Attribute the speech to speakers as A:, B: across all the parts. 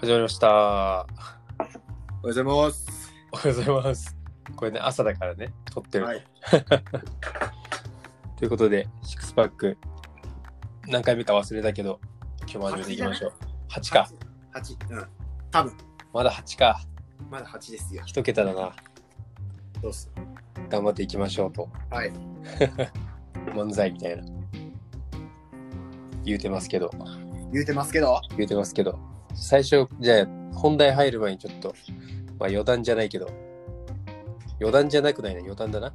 A: 始まりました。おは
B: おはようございます。
A: ようございます。これね、朝だからね、撮ってる。
B: はい。
A: ということで、シックスパック、何回目か忘れたけど、今日も始めていきましょう。8か。。
B: 八。うん。多分
A: まだ8か。
B: まだ八ですよ。
A: 1桁だな。
B: どうす
A: 頑張っていきましょうと。
B: はい。
A: 漫才みたいな。言うてますけど、
B: 言うてますけど。
A: 言うてますけど。最初、じゃあ、本題入る前にちょっと、まあ余談じゃないけど、余談じゃなくないな、余談だな。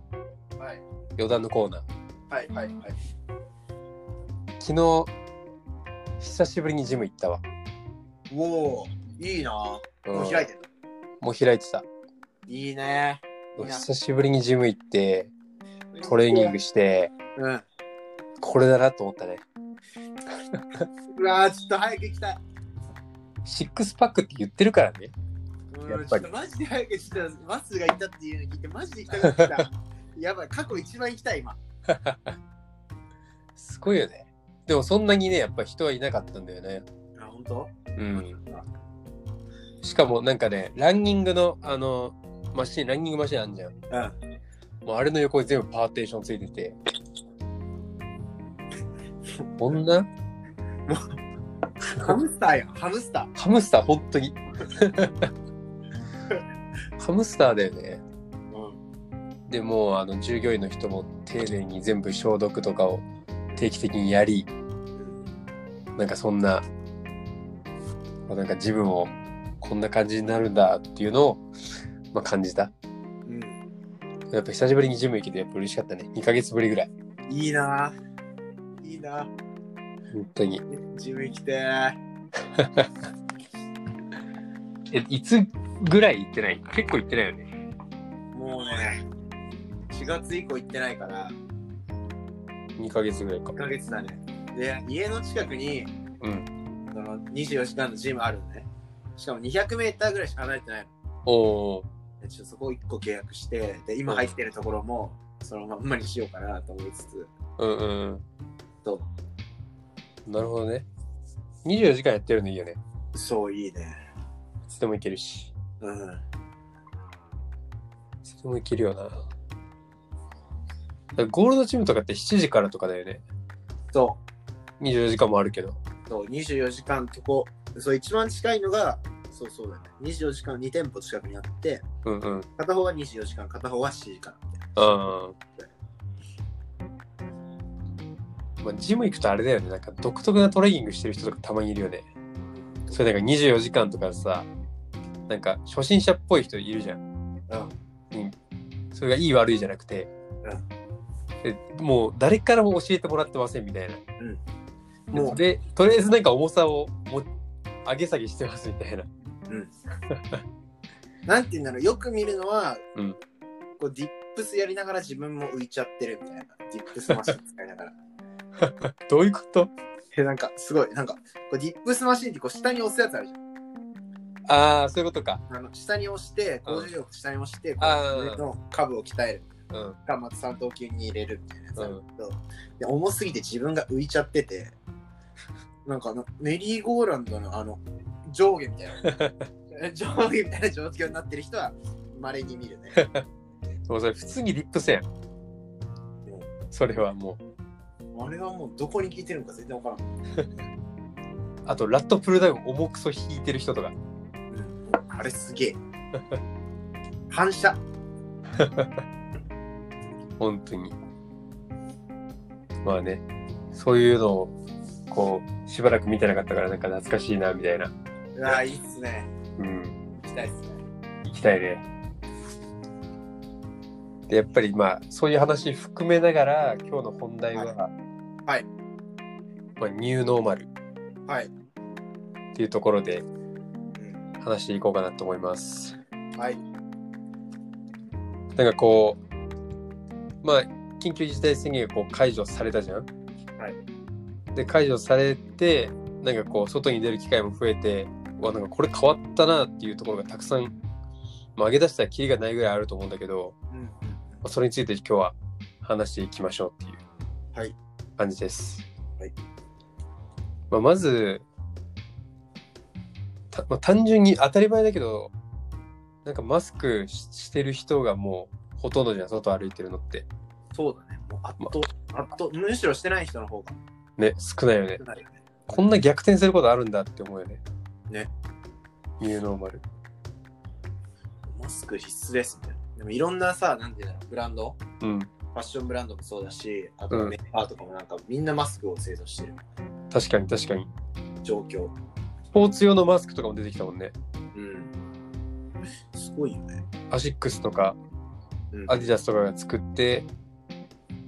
B: はい。
A: 余談のコーナー。
B: はいはいはい。
A: 昨日、久しぶりにジム行ったわ。
B: おお。いいな。も
A: うん
B: う開いてる。
A: もう開いてた。
B: いいね。いいな
A: 久しぶりにジム行って、トレーニングして、
B: うん。
A: これだなと思ったね。
B: うわーちょっと早く行きたい。
A: シックスパックって言ってるからね。
B: うん。
A: やっ
B: ち
A: ぱ
B: ょっ
A: り
B: とマジで早く行きたい。マッスーが行ったっていうの聞いてマジで行きたくなって きた。やばい。過去一番行きたい今。
A: すごいよね。でもそんなにね、やっぱ人はいなかったんだよね。
B: あ本当？
A: うん。しかもなんかね、ランニングの、あの、マシン、ランニングマシンあんじゃん。
B: うん。
A: もうあれの横に全部パーテーションついてて。こんな
B: ハムスターやん。ハムスター。
A: ハムスター、ほんとに。ハムスターだよね。
B: うん。
A: でもうあの従業員の人も丁寧に全部消毒とかを定期的にやりなんかそんなまあなんか自分もこんな感じになるんだっていうのを、まあ、感じた
B: うん。
A: やっぱ久しぶりにジム行けてやっぱ嬉しかったね2ヶ月ぶりぐらい
B: いいな。いいな。
A: 本当に
B: ジム行きてー。
A: えいつぐらい行ってない結構行ってないよね
B: もうね、4月以降行ってないから、
A: 2ヶ月ぐらいか
B: 1ヶ月だね。で、家の近くに、
A: うん
B: その24時間のジムあるのね。しかも200メーターぐらいしか離れてないの。
A: おお
B: でちょっとそこを1個契約して、で、今入ってるところも、そのまんまにしようかなと思いつつ、
A: ーうんうん
B: と、
A: うんなるほどね24時間やってるのいいよね
B: そういいね。
A: いつでも行けるし
B: うん。
A: いつでも行けるよなだからゴールドジムとかって7時からとかだよね
B: そ
A: 24時間もあるけど。
B: う、そう、24時間とこ、そう、一番近いのが、そうそうだね。24時間2店舗近くにあって、
A: うんうん。
B: 片方は24時間、片方は7時間。
A: あまあ、ジム行くとあれだよね。なんか独特なトレーニングしてる人とかたまにいるよね。それなんか24時間とかさ、なんか初心者っぽい人いるじゃん。
B: うん。
A: それがいい悪いじゃなくて。えもう誰からも教えてもらってませんみたいな。
B: もう、
A: で、とりあえずなんか重さをも上げ下げしてますみたいな。
B: なんて言うんだろう、よく見るのは、
A: うん
B: こうディップスやりながら自分も浮いちゃってるみたいな、ディップスマシン使いな がら。
A: どういうこと
B: で、なんか、すごい、なんか、こうディップスマシンってこう下に押すやつあるじゃん。
A: ああ、そういうことか。
B: あの下に押して、
A: うん
B: 50力下に押して、こ
A: あー
B: う上の下部を鍛える
A: うん。
B: か、また三頭筋に入れるみたいなやつあるけど、で重すぎて自分が浮いちゃってて、なんかあの、メリーゴーランドのあの、上下みたい な、上下みたいな状況になってる人は、稀に見るね。
A: もうそれ普通にリップスやん。それはもう。
B: あれはもうどこに効いてるのか全然わからん。
A: あと、ラットプルダウン重くそ引いてる人とか。
B: あれ すげえ。反射。
A: 本当に。まあね、そういうのを、こう、しばらく見てなかったから、なんか懐かしいな、みたいな。
B: うわ、いいっすね。
A: うん。
B: 行きたいっすね。
A: 行きたいね。で、やっぱりまあ、そういう話含めながら、今日の本題は、
B: はいはい
A: まあ、ニューノーマルっ
B: はい。
A: ていうところで
B: う
A: 話していこうかなと思います。
B: ん、はい。
A: なんかこう、まあ、緊急事態宣言がこう解除されたじゃん。。
B: はい
A: で、解除されて、なんかこう、外に出る機会も増えて、うわ、なんかこれ変わったなっていうところがたくさん、まあ、上げ出したらキリがないぐらいあると思うんだけど、
B: うん。
A: まあそれについて今日は話していきましょうっていう
B: はい。
A: 感じです。
B: はい。
A: まあ、まず、たまあ、単純に当たり前だけどなんかマスクししてる人がもうほとんどじゃん外歩いてるのって
B: そうだね。もう圧倒、圧倒、むしろしてない人の方が
A: ね少ないよね
B: 少ないよね。
A: こんな逆転することあるんだって思うよね
B: ね
A: ニューノーマル
B: マスク必須ですみたいな。でもいろんなさ、なんていうんだろう、ブランド、
A: うん
B: ファッションブランドもそうだし、あ
A: う
B: と
A: ん
B: メーカーとかもなんかみんなマスクを製造してる
A: 確かに確かに
B: 状況。
A: スポーツ用のマスクとかも出てきたもんね
B: うん。すごいよね。
A: アシックスとか
B: うん
A: アディダスとかが作って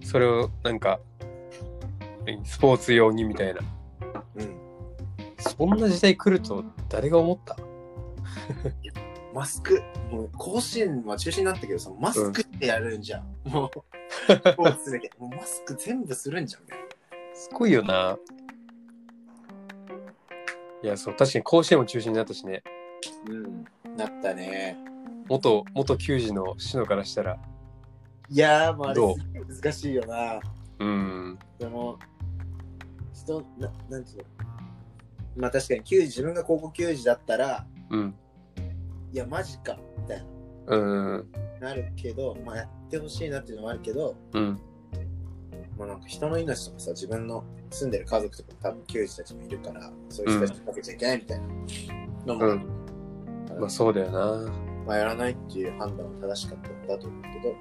A: それをなんか何スポーツ用にみたいな
B: うん。
A: そんな時代来ると誰が思った
B: マスク、もう甲子園は中止になったけどさ、マスクってやるんじゃん。もう、スポーツだけ。もうマスク全部するんじゃんみたいな。
A: すごいよな。いや、そう、確かに甲子園も中心になったしね、
B: うん。なったね。
A: 元、元球児の篠からしたら、
B: いやー、まあ、あれ
A: どう
B: すげえ難しいよな。
A: うん、
B: でも、人、ななんていうのまあ確かに球児、自分が高校球児だったら、
A: うん、
B: いや、マジか、みたい
A: うん、
B: な、なるけど、まあやってほしいなっていうのもあるけど、
A: うん、
B: まあなんか人の命とかさ、自分の住んでる家族とか多分球児たちもいるから、そういう人たちにかけちゃいけないみたいなのも、
A: うん。まあ、そうだよな。
B: まあやらないっていう判断は正しかったんだと思うけど、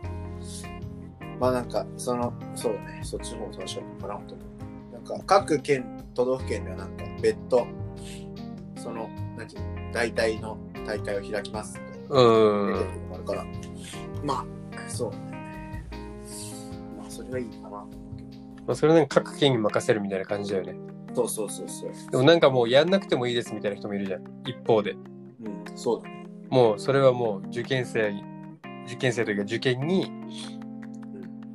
B: まあなんか、その、そうだね、そっちの方が正しかったかなと思う。なんか、各県、都道府県ではなんか、別途、その、なんていうの、大体の大会を開きますって
A: う
B: 出てる
A: ん、
B: とこもあるから、まあ、そうだね。まあ、それはいいかな。
A: まあ、それなんか各県に任せるみたいな感じだよね。
B: そうそうそうそう。
A: でもなんかもうやんなくてもいいですみたいな人もいるじゃん、一方で。
B: うん、そうだね。
A: もうそれはもう受験生に、受験生というか受験に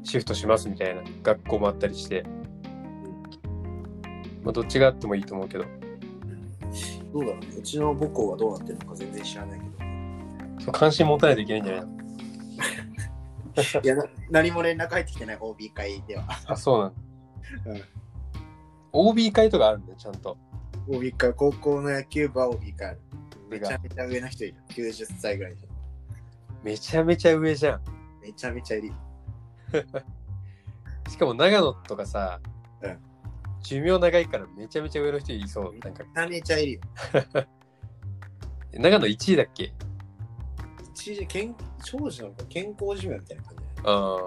A: シフトしますみたいな学校もあったりして、まあ、どっちがあってもいいと思うけど。
B: どうだろうね。うちの母校はどうなってるのか全然知らないけど。
A: そう関心持たないといけないんじゃないの
B: いや、な何も連絡入ってきてない OB 会では。
A: あ、そうなん
B: うん
A: OB 会とかあるんだよ、ちゃんと。
B: OB 会、高校の野球部は OB 会ある。め
A: が
B: ちゃめちゃ上の人いる。90歳ぐらいで。
A: めちゃめちゃ上じゃん。
B: めちゃめちゃいる。
A: しかも長野とかさ、
B: うん
A: 寿命長いからめちゃめちゃ上の人いそう。なんか
B: めちゃめちゃいるよ。
A: 長野1位だっけ
B: 一時健長寿なのか健康寿命みたいな感じだね
A: あ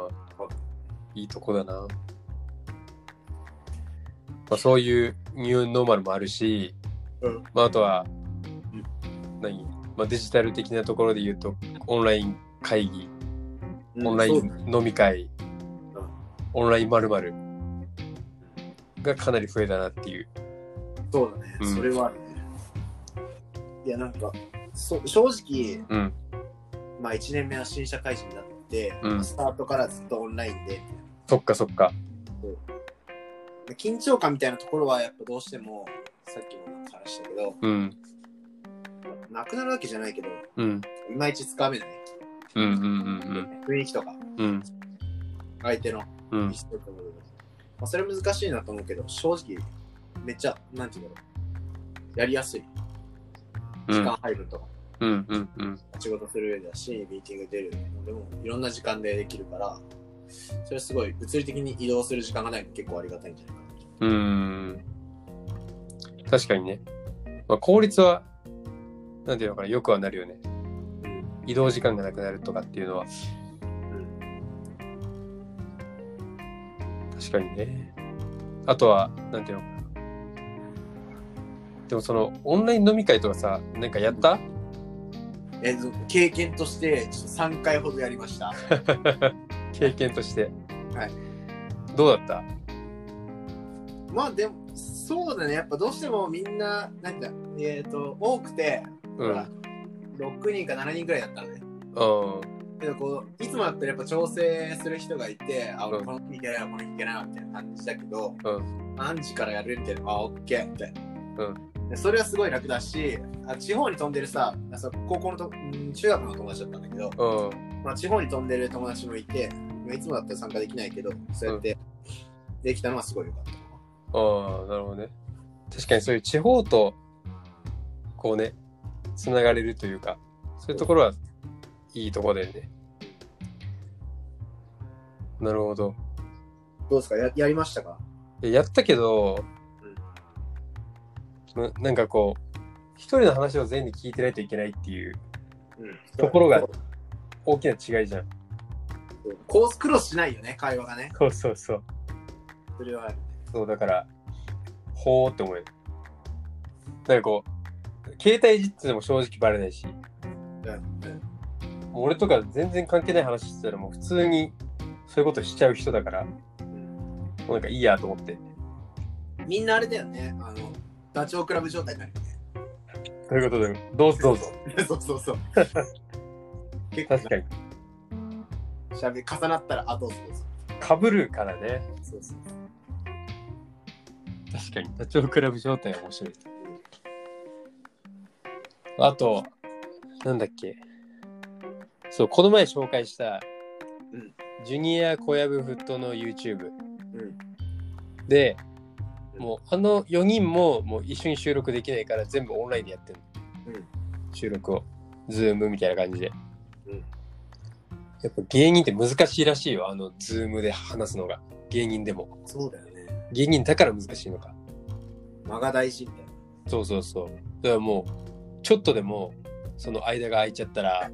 A: あ、いいとこだな。まあ、そういうニューノーマルもあるし、
B: うん
A: まあ、あとは
B: うん、
A: 何、まあ、デジタル的なところで言うと、オンライン会議、
B: うん。
A: オンライ
B: そうだね
A: ン飲み会、
B: うん
A: オンラインまるまるがかなり増えたなっていう。
B: そうだね。
A: うん
B: それはあるね。いや、なんか、そ正直、
A: うん。
B: まあ、1年目は新社会人になって、
A: うん
B: スタートからずっとオンラインで
A: そっかそっか。
B: で緊張感みたいなところはやっぱどうしてもさっきもなんか話したけど
A: うん。
B: なくなるわけじゃないけど
A: うん。
B: いまいちつかめない
A: うんうんうん
B: 雰囲気とか
A: うん。うん。
B: 相手の
A: うん
B: 意。思とかもまあ、それ難しいなと思うけど正直めっちゃなんていうんだろうやりやすい時間配分とか、
A: うんうんうん。
B: 仕事する上だしミーティング出るのでもいろんな時間でできるからそれはすごい物理的に移動する時間がないの結構ありがたいんじゃないかな
A: うん。確かにね。まあ、効率は、なんていうのかな、よくはなるよね。移動時間がなくなるとかっていうのは。確かにね。あとは、なんていうのかな。でもその、オンライン飲み会とかさ、なんかやった
B: えーず経験としてちょっと3回ほどやりました
A: 経験として。
B: はい。
A: どうだった
B: まあでもそうだねやっぱどうしてもみんななんだえっ、と多くて、
A: うん。う
B: ほら6人か7人くらいだったのね
A: ん。
B: けどこういつもだったらやっぱ調整する人がいて、あ、
A: う
B: 俺
A: ん
B: この日いけないわ、この日いけないわみたいな感じだけど、
A: う
B: 何時からやるみたいな、あ、オッケーみたいな。
A: う
B: でそれはすごい楽だしあ、地方に飛んでるさ、あそう高校のと、うん中学の友達だったんだけど、
A: うん。
B: まあ、地方に飛んでる友達もいて、まあいつもだったら参加できないけど、そうやってできたのはすごい良かった。
A: ああ、なるほどね。確かにそういう地方と、こうね、つながれるというかそういうところはいいとこだよねなるほど
B: どうですかややりましたか
A: えやったけど、ななんかこう一人の話を全員に聞いてないといけないっていう
B: うん
A: ところが大きな違いじゃん
B: コースクロスしないよね会話がね
A: そうそうそう
B: それは
A: そうだからほーって思えるなんかこう携帯いじってても正直バレないし
B: うんうん
A: もう俺とか全然関係ない話してたらもう普通にそういうことしちゃう人だからもうなんかいいやと思って
B: みんなあれだよねあのダチョウ倶楽部状態になるよね
A: ということでどうぞどうぞ
B: そうそうそう結構
A: 確かに
B: しゃべ重なったらあどうぞどうぞ
A: かぶるからね
B: そうそう
A: 確かにダチョウ倶楽部状態は面白いあとなんだっけそうこの前紹介した、
B: うん
A: ジュニア小籔フットの YouTube
B: うん
A: で
B: うん
A: もうあの4人ももう一緒に収録できないから全部オンラインでやってる
B: うん
A: 収録を Zoom みたいな感じで
B: うん
A: やっぱ芸人って難しいらしいよあの Zoom で話すのが芸人でも
B: そうだよね
A: 芸人だから難しいのか
B: 間が大事みたいな
A: そうそうそうだからもうちょっとでもその間が空いちゃったら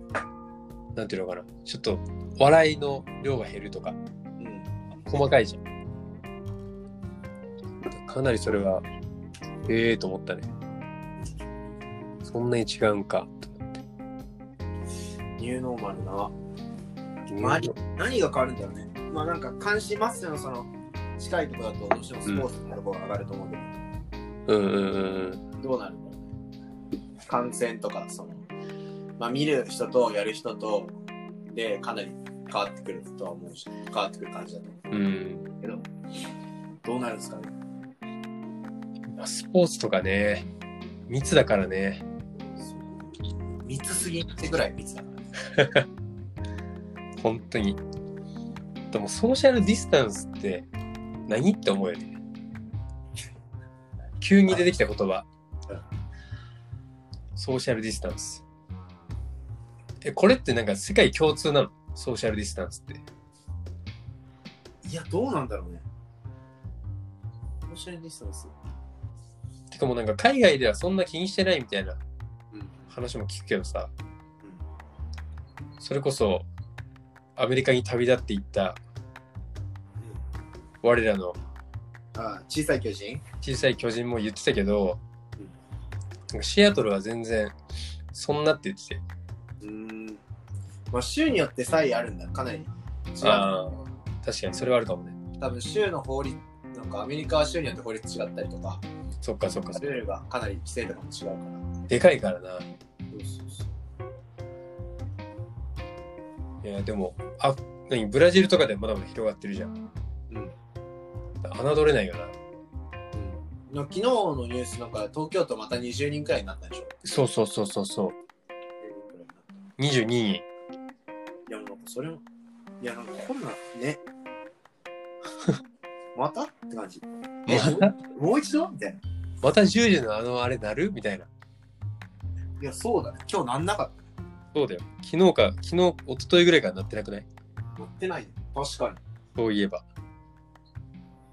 A: なんていうのかなちょっと笑いの量が減るとか
B: うん
A: 細かいじゃんかなりそれはええと思ったねそんなに違うんか
B: ニューノーマルなマジ何が変わるんだろうねまあなんか監視マッスルのその近いところだとどうしてもスポーツのところが上がると思うけど、
A: うんうんうん
B: どうなるんだろうね感染とかそのまあ見る人とやる人とでかなり変わってくるとは思うし変わってくる感じだと思
A: うんうん
B: うけどどうなるんですかね
A: まあスポーツとかね密だからね
B: 密すぎってぐらい密だからね
A: 本当にでもソーシャルディスタンスって何って思うよね 急に出てきた言葉
B: うん
A: ソーシャルディスタンスえこれってなんか世界共通なのソーシャルディスタンスって
B: いやどうなんだろうねソーシャルディスタンス
A: てかもうなんか海外ではそんな気にしてないみたいな
B: うん
A: 話も聞くけどさそれこそアメリカに旅立っていった我らの
B: ああ小さい巨人
A: 小さい巨人も言ってたけど
B: うん
A: なんかシアトルは全然そんなって言ってて
B: うーんまあ州によって差異あるんだかなり違う
A: あ確かにそれはあるかもね
B: 多分州の法律なんかアメリカは州によって法律違ったりとか
A: そっかそっか
B: ルールがかなり規制とかも違うから
A: でかいからな
B: そうそうそう
A: いやでもあ何ブラジルとかでまだまだ広がってるじゃん
B: うん、
A: 侮れないよな
B: うん、昨日のニュースなんか東京都また20人くらいになったでしょ
A: そうそうそうそうそう22人
B: いやもうなんかそれもいやなんかコロナね またって感じえ
A: また
B: もう一度みたいな
A: また10時のあのあれなるみたいない
B: やそうだね今日なんなかっ
A: そうだよ昨日か昨日一昨日ぐらいからなってなくない
B: た乗ってないね確か
A: そういえば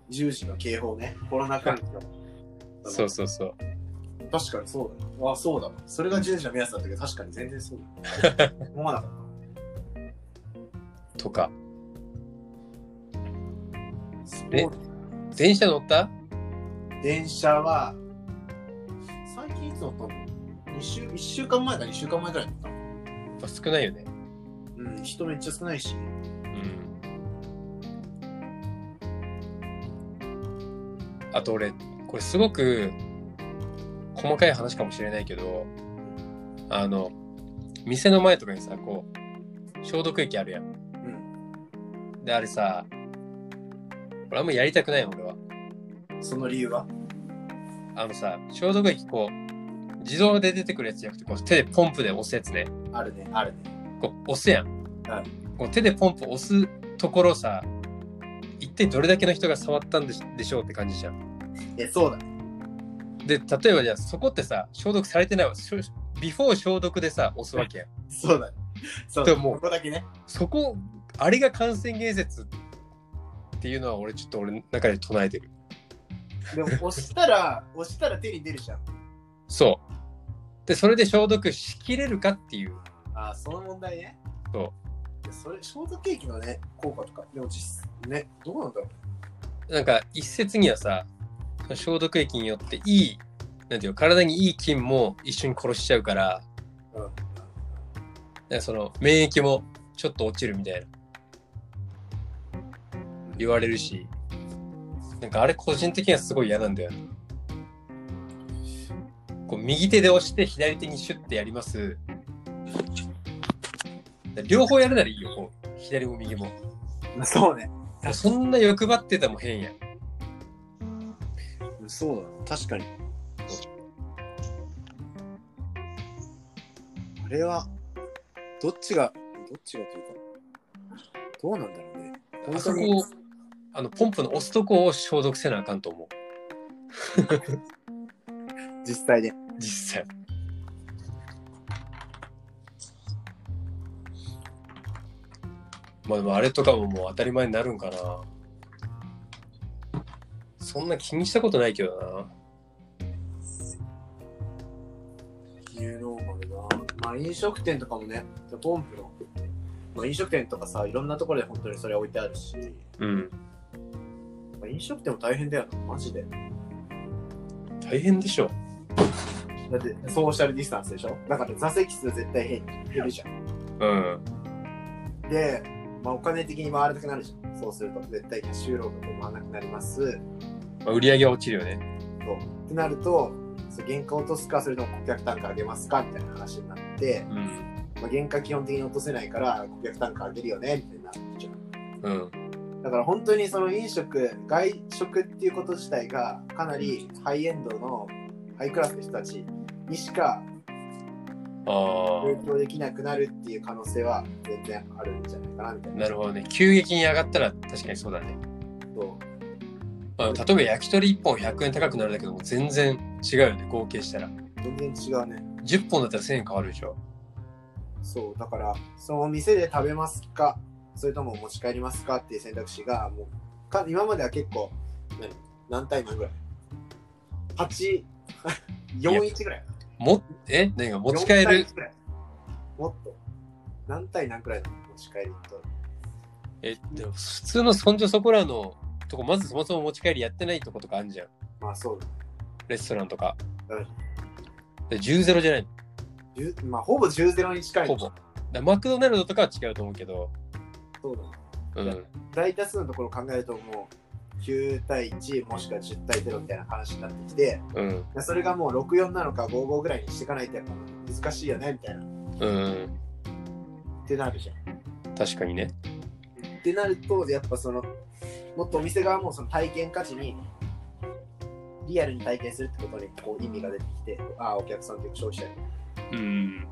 B: に10時の警報ねコロナ関係の
A: そうそうそう
B: 確かにそうだね。あ、そうだわ。それが10時の目安だったけど、確かに全然そうだ、 ね。思わなかっ
A: とか
B: た。
A: え電車乗った
B: 電車は、最近いつ乗ったの ?2 週、1週間前か2週間前くらいに乗ったの。
A: あ少ないよね
B: うん、人めっちゃ少ないし。
A: うんあと俺これすごく細かい話かもしれないけどあの店の前とかにさこう消毒液あるやん
B: うん。
A: であれさ俺あんまやりたくないの俺は
B: その理由は
A: あのさ消毒液こう自動で出てくるやつじゃなくてこう手でポンプで押すやつね
B: あるね、あるね。
A: こう押すやん、
B: はい
A: こう手でポンプ押すところさ一体どれだけの人が触ったんでしでしょうって感じじゃん
B: え、そうだね。
A: で例えばじゃあそこってさ消毒されてないわしょビフォー消毒でさ、押すわけやん。
B: そうだね。そう
A: で
B: だ
A: ももう
B: ここだけね。
A: そこ、あれが感染芸説っていうのは俺ちょっと俺の中で唱えてる。
B: でも押したら、 押したら手に出るじゃん。
A: そう。で、それで消毒しきれるかっていう。
B: ああ、その問題ね。。
A: そう
B: それ、ショートケーキのね、効果とか、でも実際ね、どうなんだろ
A: なんか一説にはさ、消毒液によっていい、なんていうの体にいい菌も一緒に殺しちゃうから、
B: う。うん。
A: なんかその免疫もちょっと落ちるみたいな言われるしなんかあれ個人的にはすごい嫌なんだよねこう右手で押して左手にシュッてやります両方やるならいいよこう左も右も
B: まあそうね。
A: そんな欲張ってたも変やん
B: そうだね。確かに。あれは、どっちが、どっちがというか、どうなんだろうね。
A: あそこをあのポンプの押すとこを消毒せなあかんと思う
B: 実際で。
A: 実際まあでもあれとかももう当たり前になるんかなそんな気にしたことないけどな
B: いうのもあるな。まあ飲食店とかもね、ポンプの、まあ飲食店とかさ、いろんなところで本当にそれ置いてあるし、
A: うん
B: まあ飲食店も大変だよな、マジで。
A: 大変でしょ
B: だってソーシャルディスタンスでしょだから座席数絶対減るじゃん。
A: うん
B: で、まあ、お金的に回らなくなるじゃん。そうすると絶対キャッシュローとかも回らなくなります。
A: まあ売り上げは落ちるよね
B: そうってなると、そう原価を落とすか、それとも顧客単価上げますかみたいな話になって、
A: うん
B: まあ、原価基本的に落とせないから顧客単価上げるよねみたいになっちゃう。
A: うん
B: だから本当にその飲食、外食っていうこと自体がかなりハイエンドのハイクラスの人たちにしか
A: あ
B: 提供できなくなるっていう可能性は全然あるんじゃないかなみたい
A: あ
B: な。
A: なるほどね急激に上がったら確かにそうだね、
B: そう
A: まあ、例えば焼き鳥1本100円高くなるだけども全然違うよね合計したら
B: 全然違うね。
A: 10本だったら1000円変わるでしょ
B: そう、だから、そのお店で食べますか、それとも持ち帰りますかっていう選択肢が、もう、か今までは結構、何何対マンぐらい ?8、41ぐらい
A: もえ何が持ち帰る
B: 4対1ぐらいもっと。何対何くらいなの持ち帰りと。
A: えでも普通のそんじょそこらのとこまずそもそも持ち帰りやってないとことかあるじゃん
B: まあそうだ。
A: レストランとか、
B: うん
A: で10ゼロじゃないの
B: 10まあほぼ10ゼロに近い。
A: ほぼだからマクドナルドとかは違うと思うけど、
B: そうだね。
A: うん、
B: 大多数のところを考えると、もう、9対1もしくは10対0みたいな話になってきて、
A: うん
B: それがもう64なのか55ぐらいにしていかないとやっぱ難しいよねみたいな。
A: うん
B: ってなるじゃん。
A: 確かにね
B: ってなるとやっぱそのもっとお店側もその体験価値にリアルに体験するってことにこう意味が出てきてああお客さんというか消費者に
A: うん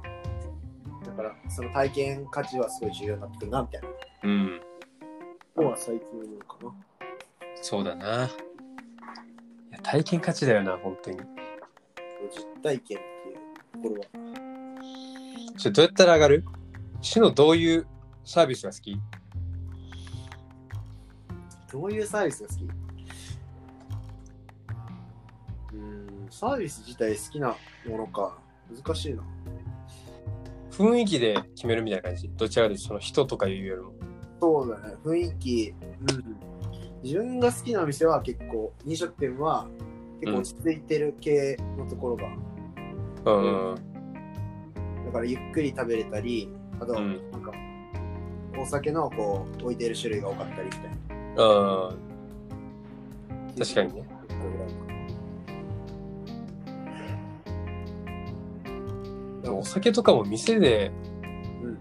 B: だからその体験価値はすごい重要になってくるなみたいな
A: うん
B: のは最近思うかな
A: そうだないや体験価値だよな本当に
B: 実体験っていうところは
A: ちょどうやったら上がる市のどういうサービスが好き
B: どういうサービスが好きうーんサービス自体好きなものか難しいな
A: 雰囲気で決めるみたいな感じどちらかというとその人とかいうよりも
B: そうだね、雰囲気。うん。自分が好きなお店は結構、飲食店は結構落ち着いてる系のところが、
A: うんうん
B: だからゆっくり食べれたり、あと、
A: う
B: なんんか、お酒のこう置いてる種類が多かったりみたいな。
A: うん確かにね。でもお酒とかも店で
B: うん。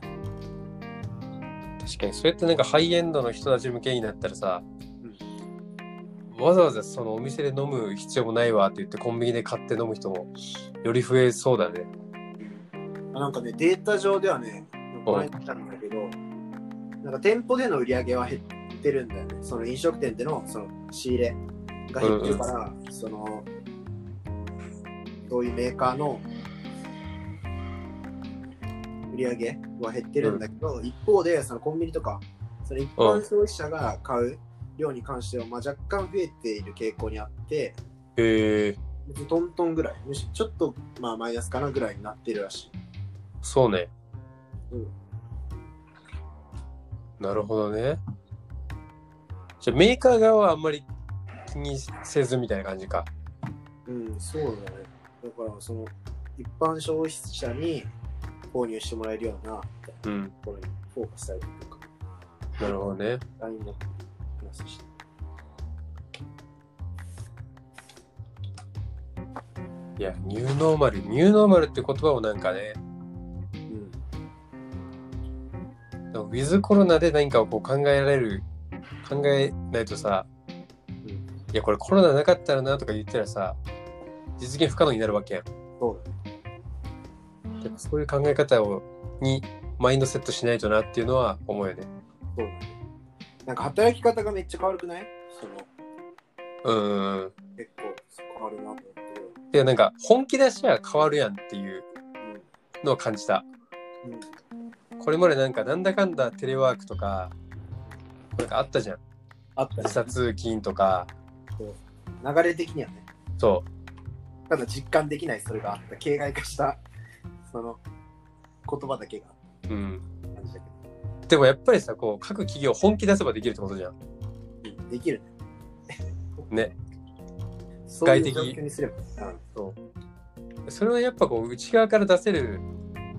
A: 確かにそうやってなんかハイエンドの人たち向けになったらさ、
B: うん
A: わざわざそのお店で飲む必要もないわって言ってコンビニで買って飲む人もより増えそうだね
B: あなんかね、データ上ではね、前に来たんだけど、なんか店舗での売り上げは減ってるんだよね。その飲食店でのその仕入れが減ってるから、その、そういうメーカーの売り上げは減ってるんだけど、一方でそのコンビニとかその一般消費者が買う量に関しては、まあ、若干増えている傾向にあって
A: へえ、
B: 別にトントンぐらいむしろちょっと、まあ、マイナスかなぐらいになってるらしい。
A: そうね。
B: うん
A: なるほどね。じゃあメーカー側はあんまり気にせずみたいな感じか。
B: うん、そうだね。だから、その、一般消費者に購入してもらえるようなと
A: うん。
B: ころにフォーカスされてるとか、
A: なるほどね。
B: LINE の話して。
A: いや、ニューノーマル、ニューノーマルって言葉をなんかね、
B: うん。
A: ウィズコロナで何かをこう考えられる、考えないとさ、
B: ん
A: いや、これコロナなかったらなとか言ったらさ、実現不可能になるわけやん。
B: そうだね。
A: やっぱそういう考え方を、に、マインドセットしないとなっていうのは思うよね。
B: そうだね。なんか働き方がめっちゃ変わるくないその、
A: うんうんうん。
B: 結構変わるなと思って
A: で、なんか、本気出しは変わるやんっていうのを感じた。
B: うん。うん。
A: これまでなんかなんだかんだテレワークとかなんかあったじゃん
B: あった
A: 時
B: ね。
A: 差通勤とか
B: 流れ的にはね。
A: そ
B: ただ実感できないそれがあった。形骸化した、その、言葉だけがあ
A: う、うん、
B: った感じだ
A: でもやっぱりさこう各企業本気出せばできるってことじゃん
B: けど、うん、できるね。
A: ね
B: そう
A: 外
B: いう
A: 的
B: 状況にすれば。うん
A: そうそれはやっぱこう内側から出せる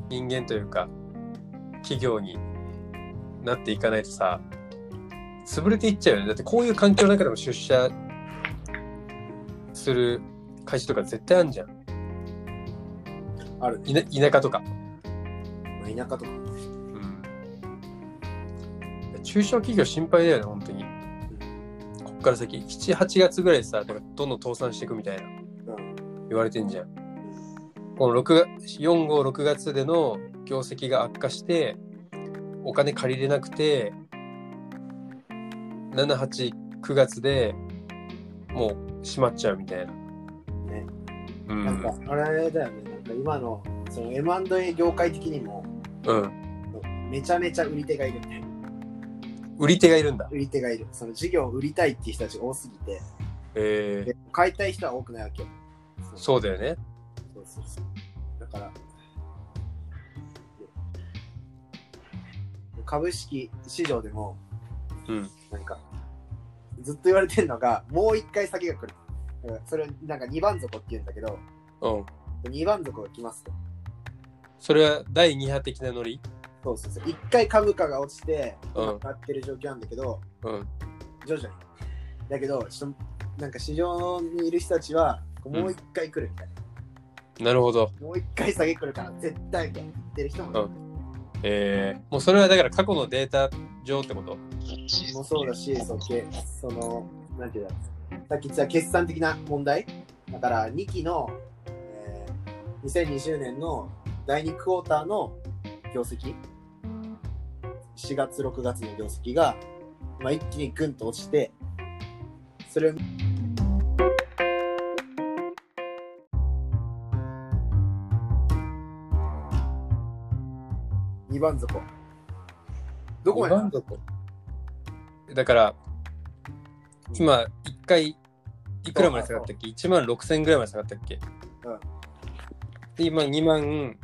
A: 人間というか企業になっていかないとさ潰れていっちゃうよねだってこういう環境の中でも出社する会社とか絶対あるじゃん
B: あるね。
A: いな田舎とか
B: まあ田舎とか。
A: うん中小企業心配だよね、本当に。こっから先、7、8月ぐらいでさ、なんかどんどん倒産していくみたいな
B: うん。
A: 言われてんじゃん。この6月4、5、6月での業績が悪化して、お金借りれなくて、7、8、9月でもう閉まっちゃうみたいな。
B: ね
A: うん。
B: なんか、あれだよね。なんか今の、その M&A 業界的にも、
A: うん。
B: めちゃめちゃ売り手がいるね。
A: 売り手がいるんだ。
B: 売り手がいる。その事業を売りたいっていう人たちが多すぎて、
A: えー
B: で買いたい人は多くないわけよ。う
A: そうだよね。
B: そうそうそう。だから、で株式市場でも、
A: うん。
B: なんか、ずっと言われてるのが、もう一回先が来る。だからそれをなんか二番底って言うんだけど、
A: うん。
B: 二番底が来ますと。
A: それは第2波的なノリ
B: そうそうそう。一回株価が落ちて、
A: うん
B: 上がってる状況なんだけど、
A: うん。
B: 徐々に。だけど、ちょっとなんか市場にいる人たちは、
A: ん
B: もう一回来るみたいな。
A: なるほど。
B: もう一回下げ来るから、絶対みたいな言ってる人もいる、
A: えー、もうそれはだから過去のデータ上ってこと
B: もそうだし、そうけその、なんていうんだろうさっき言ってた決算的な問題。だから、2期の、えー、2020年の第2クォーターの業績、4月、6月の業績が、まあ、一気にグンと落ちて、それを二番底。どこまで
A: 二番底だから、今、一回、いくらまで下がったっけ ?1 万6千ぐらいまで下がったっけ
B: うん
A: で、今2万、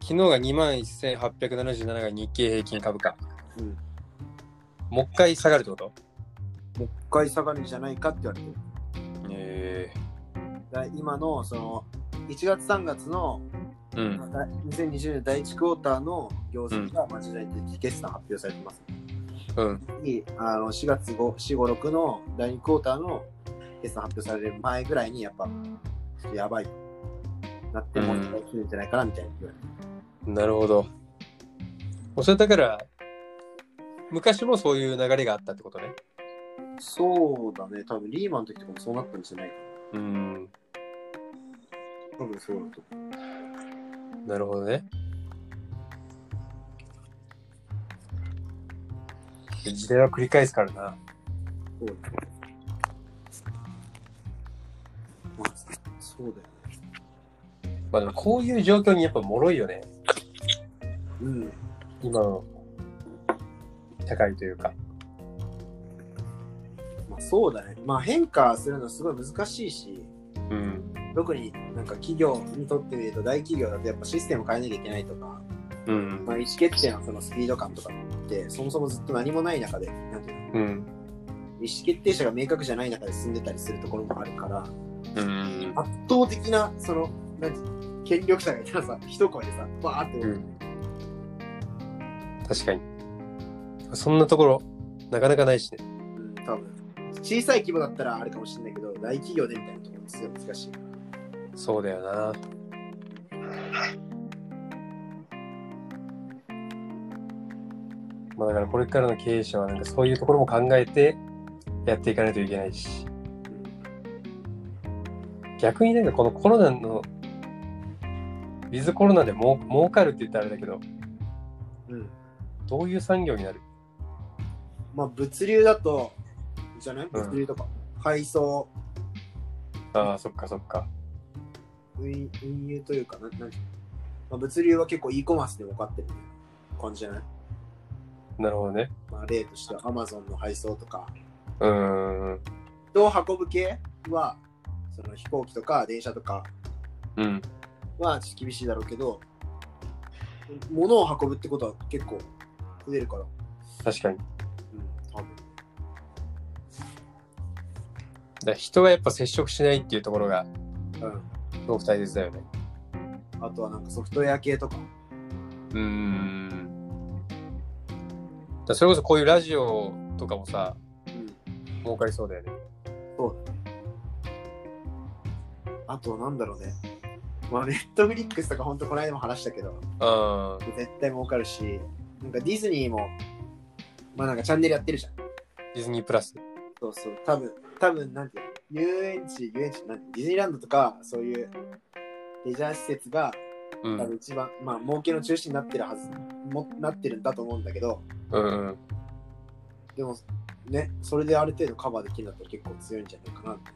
A: 昨日が2万1877が日経平均株価。
B: うん
A: もう一回下がるってこと
B: もう一回下がるんじゃないかって言われてる。
A: え
B: だから今のその1月3月の
A: えうん。
B: まあ2020年第1クォーターの業績がまあ時代的決算発表されてます。
A: うん。
B: 次あの4月5、4、5、6の第2クォーターの決算発表される前ぐらいにやっぱちょっとやばいなってもう一回来るんじゃないかなみたいな言われてる。
A: なるほど。もうそれだから、昔もそういう流れがあったってことね。
B: そうだね、多分リーマンの時とかもそうなったんじゃないか
A: うん。
B: な。多分そうだと思
A: なるほどね。時代は繰り返すからな。
B: う。そうだね。まあ、そうだよね。
A: まあでもこういう状況にやっぱ脆いよね。
B: うん。
A: 今の社会というか。
B: まあそうだね。まあ変化するのすごい難しいし、
A: うん。
B: 特になんか企業にとってみると大企業だとやっぱシステム変えなきゃいけないとか、
A: うん。
B: まあ、意思決定のそのスピード感とかってそもそもずっと何もない中でなんていうの
A: うん。
B: 意思決定者が明確じゃない中で進んでたりするところもあるから
A: うん。
B: 圧倒的なそのなんていうの権力者がいたらさ一声でさバーって、
A: うん。確かに。そんなところ、なかなかないしね。
B: うん多分小さい規模だったらあるかもしれないけど大企業でみたいなところってすごい難しい。
A: そうだよな。まあだからこれからの経営者はなんかそういうところも考えてやっていかないといけないし逆になんかこのコロナのウィズコロナでもう儲かるって言ったらあれだけど
B: うんうん
A: どういう産業になる
B: まあ物流だとじゃない
A: うん
B: 物流とか、配送
A: ああそっかそっか
B: 運運輸というかななんていうのまあ、物流は結構 e コマースでも分かってる感じじゃない、
A: なるほどね
B: まあ、例としては Amazon の配送とか
A: うーん
B: 人を運ぶ系はその飛行機とか電車とか
A: うん
B: はちょっと厳しいだろうけど物を運ぶってことは結構増えるから、
A: 確かにだか
B: うん、多分
A: ら人がやっぱ接触しないっていうところが
B: う
A: すごく大切だよね
B: ん、あとはなんかソフトウェア系とか、
A: うーんだからそれこそこういうラジオとかもさ
B: うん、
A: 儲かりそうだよね
B: あとはなんだろうねまあネットフリックスとかほんとこの間も話したけど
A: うん
B: 絶対儲かるしなんかディズニーもまあなんかチャンネルやってるじゃん
A: ディズニープラス
B: そうそう多分多分なんていうの遊園地遊園地なんてディズニーランドとかそういうレジャー施設が
A: う
B: 多
A: ん
B: 分一番、まあ儲けの中心になってるはずもなってるんだと思うんだけど
A: うんうん
B: でもねそれである程度カバーできるんだったら結構強いんじゃないかなって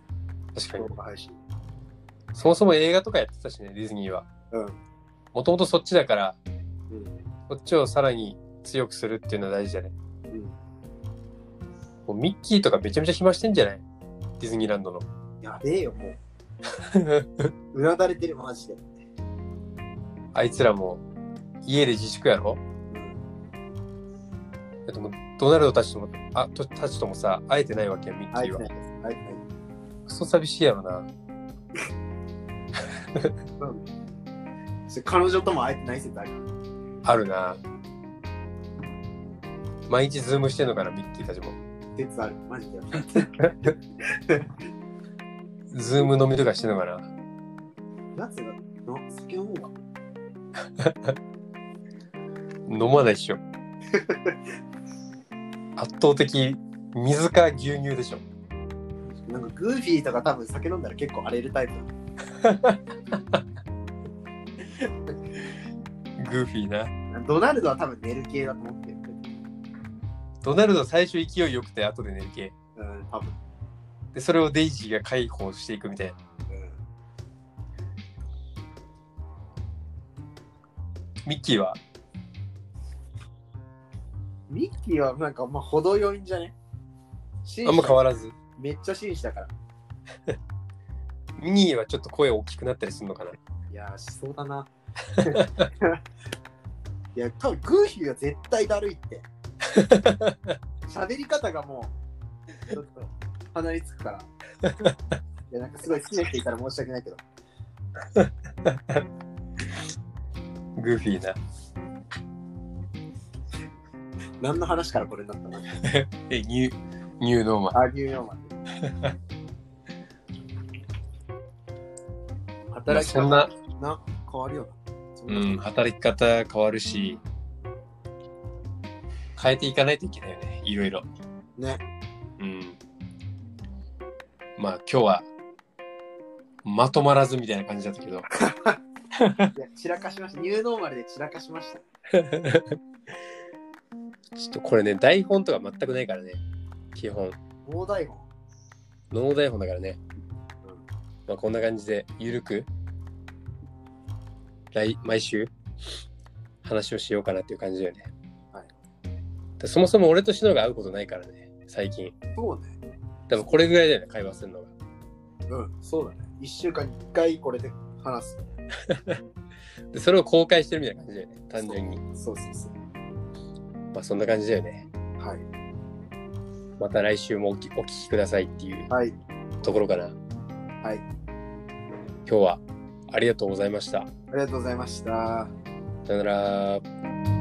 A: 確かに
B: 動画配信
A: そもそも映画とかやってたしねディズニーは
B: うん
A: もともとそっちだから
B: うん
A: こっちをさらに強くするっていうのは大事じゃない
B: うん
A: もうミッキーとかめちゃめちゃ暇してんじゃないディズニーランドの
B: やべえよも ううなだれてるマジで、
A: あいつらも家で自粛やろ
B: うん、
A: だってもうドナルドたちともあとたちともさ会えてないわけよミッ
B: あ
A: キ
B: い
A: ー
B: つ
A: は
B: ないあいつない
A: クソ寂しいやろな
B: それ彼女とも会えてない説あるから
A: あるな毎日ズームしてんのかなミッキーたちも
B: 説あるマジで
A: ズーム飲みとかしてんのかな
B: やつがの酒飲むわ
A: 飲まないっ しょ圧倒的水か牛乳でしょ
B: なんかグーフィーとか多分酒飲んだら結構荒れるタイプだ
A: グーフィーな
B: ドナルドは多分寝る系だと思ってる
A: ドナルド最初勢いよくて後で寝る系
B: うん多分、
A: でそれをデイジーが解放していくみたいな
B: うん
A: ミッキーは
B: ミッキーはなんかまあ程よいんじゃね紳士
A: あんま変わらず
B: めっちゃ紳士だから。
A: ミニーはちょっと声大きくなったりするのかない
B: やー、しそう だな。いや、多分グーフィーは絶対だるいって。喋り方がもう、ちょっと鼻につくから。いや、なんかすごい好きな人いたら申し訳ないけど。
A: グーフィーな
B: 何の話からこれになったの
A: えニューニューノーマ
B: アーニューヨーマンで。働き方
A: まあ
B: な変わるよな。そん
A: ル
B: な
A: うん働き方変わるし変えていかないといけないよねいろいろ
B: ね。
A: うんまあ今日はまとまらずみたいな感じだったけど
B: いや、散らかしました。ニューノーマルで散らかしました。
A: ちょっとこれね台本とか全くないからね基本
B: 大台本。
A: ノー台本だからね、まあ、こんな感じでゆるく来毎週話をしようかなっていう感じだよね。
B: はい
A: でそもそも俺とシノが会うことないからね、最近。
B: そうね。
A: 多分これぐらいだよね、会話するのが。
B: うん、そうだね。1週間に1回これで話す。
A: で、それを公開してるみたいな感じだよね、単純に。
B: そうそうそう。
A: まあそんな感じだよね。
B: はい。
A: また来週もおきお聞きくださいっていう
B: はい。
A: ところかな。
B: はい。
A: 今日はありがとうございました。
B: ありがとうございました。
A: さよなら。